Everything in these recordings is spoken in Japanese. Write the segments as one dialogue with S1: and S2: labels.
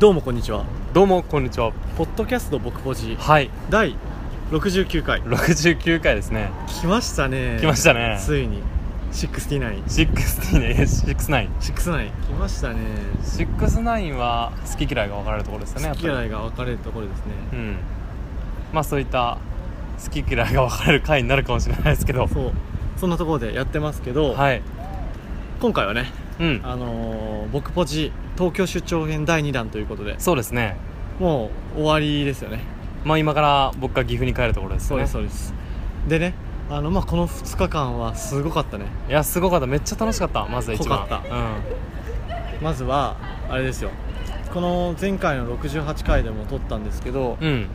S1: どうもこんにちは
S2: どうもこんにちは
S1: ポッドキャスト僕ポジ
S2: はい
S1: 第69回
S2: 69回ですね
S1: 来ましたね
S2: 来ましたね
S1: ついに6969
S2: 69ね
S1: 来
S2: 69
S1: ましたね
S2: 69は好き嫌いが分かれるところですよねや
S1: 好
S2: っ
S1: き
S2: ぱり
S1: 嫌いが分かれるところですね、
S2: うんまあそういった好き嫌いが分かれる回になるかもしれないですけど
S1: そうそんなところでやってますけど、
S2: はい
S1: 今回はね
S2: うん
S1: あのー僕ポジ東京出張編第2弾ということで
S2: そうですね
S1: もう終わりですよね
S2: まあ今から僕が岐阜に帰るところです
S1: そう
S2: ね
S1: ですそうですでねあのまあこの2日間はすごかったね
S2: いやすごかっためっちゃ楽しかったまず一番
S1: 濃かった
S2: うん
S1: まずはあれですよこの前回の68回でも撮ったんですけど、
S2: うん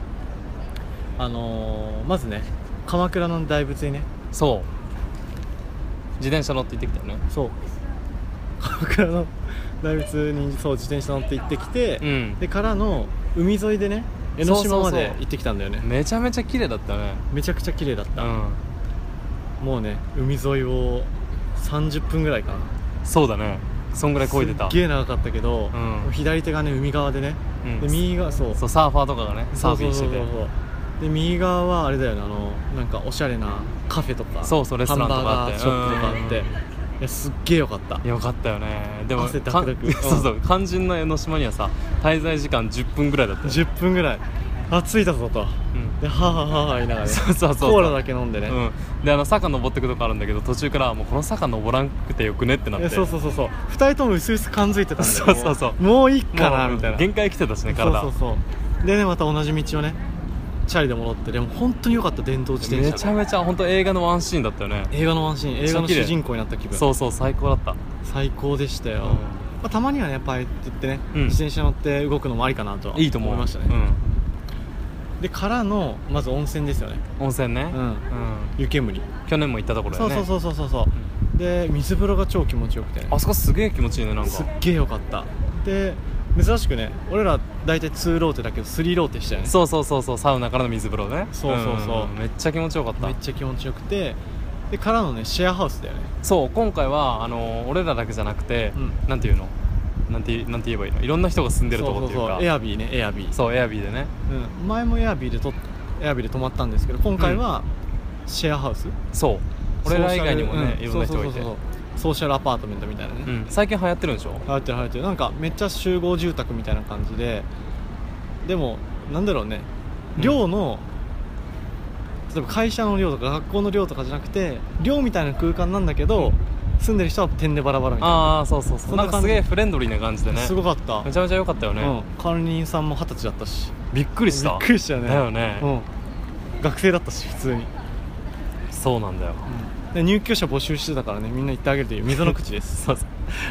S1: あのー、まずね鎌倉の大仏にね
S2: そう自転車乗って行ってきたよね
S1: そう 鎌倉の大仏にそう自転車乗って行ってきて、
S2: うん
S1: でからの海沿いでね江ノ島ま
S2: そうそう
S1: で
S2: そう
S1: 行ってきたんだよね
S2: めちゃめちゃ綺麗だったね
S1: めちゃくちゃ綺麗だった、
S2: うん
S1: もうね海沿いを30分ぐらいかな
S2: そうだねそんぐらい漕いでた
S1: すっげえ長かったけど、
S2: うん
S1: 左手がね海側でね、
S2: うん
S1: で右側そう
S2: そうサーファーとかがねサーフィンしてて
S1: そうそうそうそうで右側はあれだよねあのなんかおしゃれなカフェとか
S2: そうそうレストランとかあって
S1: ハンバーガーショップとかあって
S2: うん
S1: いやすっげえよかった
S2: よかったよねでも
S1: 汗ダクダク
S2: かん そうそう肝心の江ノ島にはさ滞在時間10分ぐらいだったよ、
S1: 10分ぐらいあ着いたぞと
S2: うん
S1: ではあはあはあはあ言いながら、ね、
S2: そうそうそう
S1: コーラだけ飲んでね、
S2: うん、であの坂登ってくとこあるんだけど途中からもうこの坂登らんくてよくねってなっ
S1: い
S2: て
S1: やそうそうそうそう2人とも薄々感づいてたんだよ
S2: そうそうそう
S1: ももういい
S2: もう
S1: かなみたいな
S2: 限界来てたしね体
S1: そうそうそうでねまた同じ道をねチャリで戻ってでも本当によかった電動自転
S2: め
S1: 車
S2: ちゃめちゃ本当映画のワンシーンだったよね
S1: 映画のワンシーン映画の主人公になった気分
S2: そうそう最高だった
S1: 最高でしたよ、
S2: うん
S1: まあ、たまにはねやっぱり言ってね、
S2: うん
S1: 自転車乗って動くのもありかなとはい
S2: いと思う
S1: 思いましたね、でからのまず温泉ですよね
S2: うん、温泉ね、
S1: うん湯煙
S2: 去年も行ったところだ
S1: そ
S2: よ
S1: う
S2: ね
S1: そう
S2: う
S1: そうそうそうそう、で水風呂が超気持ちよくてね
S2: あそこすげえ気持ちいいねなん
S1: すっ
S2: か
S1: げえよかったで珍しくね俺ら大体2ローテだけど3ローテしたよね
S2: そうそうそうそうサウナからの水風呂ね
S1: そうそうそうん
S2: めっちゃ気持ちよかった
S1: めっちゃ気持ちよくてでからのねシェアハウスだよね
S2: そう今回はあの俺らだけじゃなくて、
S1: うん
S2: なんていうのなんてなんて言えばいいのいろんな人が住んでるとこっていう
S1: そうそう
S2: か
S1: そうエアビーねエアビー
S2: そうエアビーでね
S1: うん、前もエアビーでとエアビーで泊まったんですけど今回はシェアハウス、
S2: そう俺ら以外にもね、いろんな人がいて
S1: そうそうそうそうソーシャルアパートメントみたいなね、
S2: うん最近流行ってるんでしょ
S1: 流行ってる流行ってるなんかめっちゃ集合住宅みたいな感じででもなんだろうね
S2: うん
S1: 寮の、例えば会社の寮とか学校の寮とかじゃなくて寮みたいな空間なんだけど、住んでる人は点でバラバラみたいな
S2: ああそうそうそう
S1: そんな
S2: なん
S1: 感じ
S2: かすげえフレンドリーな感じでね
S1: すごかった、
S2: めちゃめちゃ良かったよね、
S1: うん、管理人さんも二十歳だったし
S2: びっくりした
S1: びっくりしたよね
S2: だよね、
S1: うん、学生だったし普通に、
S2: そうなんだよ
S1: で入居者募集してたからねみんな行ってあげるという溝の口です
S2: そうそう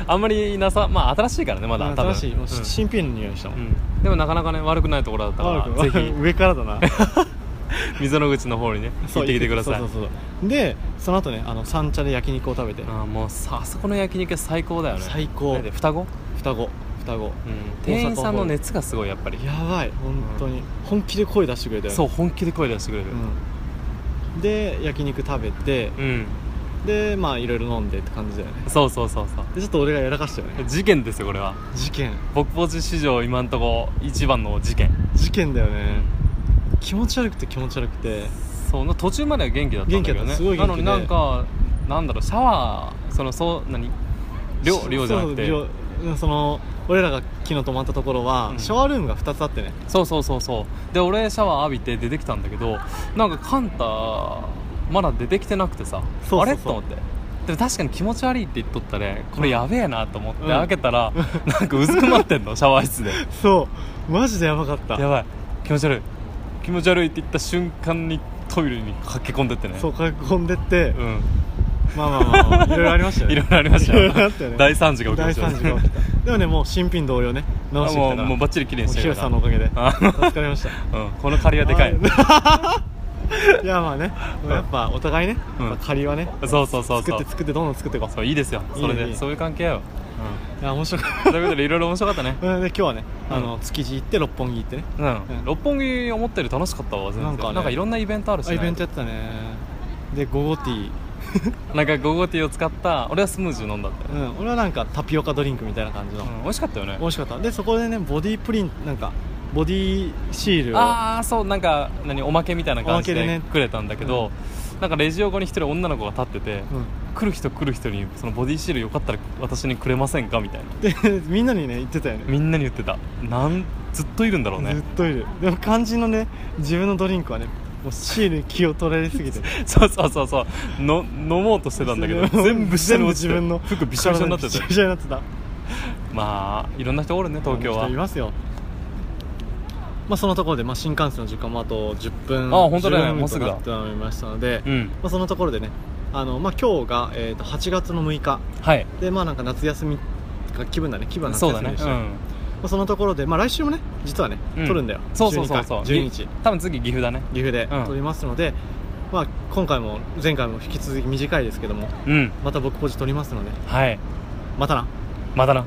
S2: あんまりなさまあ新しい からねまだ多分
S1: 新しいもう新品の匂いしたも
S2: うん
S1: ん、
S2: うんでもなかなかね悪くないところだった
S1: あ
S2: か
S1: る
S2: らぜ
S1: か
S2: ひ
S1: 上からだな
S2: 溝の口の方にね行ってきてください
S1: そうそうそうそうでその後ねあの三茶で焼肉を食べて
S2: あーもうさあそこの焼肉屋最高だよね
S1: 最高
S2: なんで双子、うん、
S1: 双子双子
S2: 店員さんの熱がすごいやっぱり
S1: やばい本当に、本気で声出してくれたよね
S2: そう本気で声出してくれる
S1: うんで焼肉食べて
S2: うん、
S1: でまあいろいろ飲んでって感じだよね
S2: そうそうそうそ
S1: でちょっと俺がやらかしたよね
S2: う事件ですよこれは
S1: 事件
S2: 僕ポチ史上今んとこ一番の事件
S1: 事件だよね気持ち悪くて気持ち悪くて
S2: その途中までは元気だったんだけど
S1: 元気だった
S2: ね
S1: すごい元
S2: な
S1: 気
S2: の
S1: で
S2: になんかなんだろうシャワーそのそう何
S1: そ
S2: 量
S1: う
S2: 量じゃなくて
S1: そう寮その俺らが昨日泊まったところは、
S2: うん
S1: シャワールームが2つあってね
S2: そうそうそうそうで俺シャワー浴びて出てきたんだけどなんかカンタまだ出てきてなくて
S1: そう
S2: さ
S1: そうそう
S2: あれと思ってでも確かに気持ち悪いって言っとったねこれやべえなと思って、
S1: うん
S2: 開けたらなんかうずくま ってんのシャワー室で
S1: そうマジでやばかった
S2: やばい気持ち悪い気持ち悪いって言った瞬間にトイレに駆け込んでってね
S1: そう駆け込んでって、
S2: うん
S1: まあまあまあまあいろいろありましたよね
S2: いろいろありました
S1: いろいろあったよね
S2: 大惨事が起きま
S1: 大
S2: した
S1: 惨事が起きたでもねもう新品同様ね直してきた
S2: も
S1: か
S2: う
S1: ら
S2: もうバッチリ綺麗にして
S1: ヒロ
S2: る
S1: さ
S2: か
S1: んのおかげで
S2: ら
S1: 助かりました
S2: うんうんこの借りはで かい
S1: いやまあね
S2: うん
S1: やっぱお互いね、
S2: うん
S1: まあ借りはね
S2: そうそうそう
S1: 作
S2: そ
S1: っ
S2: う
S1: て作ってどんどん作っていこう
S2: そういいですよ
S1: いいね
S2: それ
S1: いい
S2: で
S1: ね
S2: そういう関係よ
S1: いや面白かっ
S2: うんということでいろいろ面白かったね
S1: たで今日はね、あの
S2: う
S1: 築地行って六本木行ってね
S2: うん六本木思ったより楽しかったわ全
S1: なん
S2: 然
S1: かね
S2: なんかいろんなイベントあるし
S1: あ
S2: ね
S1: イベントやってたねで午後ティー
S2: なんかゴゴティーを使った俺はスムージー飲んだって、
S1: うん、俺はなんかタピオカドリンクみたいな感じの、
S2: うん、美味しかったよね
S1: 美味しかったでそこでねボディプリンなんかボディシールを
S2: ああそうなんか何おまけみたいな感じ
S1: おまけで
S2: で
S1: ね
S2: くれたんだけど、なんかレジ横に一人女の子が立ってて、来る人来る人にそのボディシールよかったら私にくれませんかみたい
S1: う
S2: な
S1: ん、でみんなにね言ってたよね
S2: みんなに言ってたなんずっといるんだろう
S1: ず
S2: ね
S1: っといるでも肝心のね自分のドリンクはねもうシールに気を取られすぎて
S2: そうそうそうそうの飲もうとしてたんだ けど全部
S1: 全
S2: 下に
S1: 部
S2: 落ち
S1: 自
S2: て
S1: 分の
S2: 服びしゃびしゃになってて
S1: 体にびしゃびしゃになってた
S2: まあいろんな人おるね東京
S1: あの
S2: は
S1: 人いますよまあそのところで、まあ、新幹線の時間もあと10分
S2: あ本当だね
S1: 15分
S2: もうすぐだ
S1: となっておりましたので、
S2: う
S1: ま
S2: ん
S1: あ、そのところでねあの、まあ、今日が、えー、と8月の6日
S2: はい
S1: でまあなんか夏休みか気分だね気分は夏
S2: そうだ
S1: 休み
S2: ね
S1: でし
S2: う
S1: たね
S2: ん
S1: まあ、そのところで、まあ、来週もね実はね、
S2: う
S1: 撮るんだよ
S2: そうそうそうそう
S1: 12回12日
S2: 多分次岐阜だね
S1: 岐阜で
S2: うん
S1: 撮りますので、まあ、今回も前回も引き続き短いですけども
S2: うん
S1: また僕ポジ撮りますので
S2: はい
S1: またな
S2: またな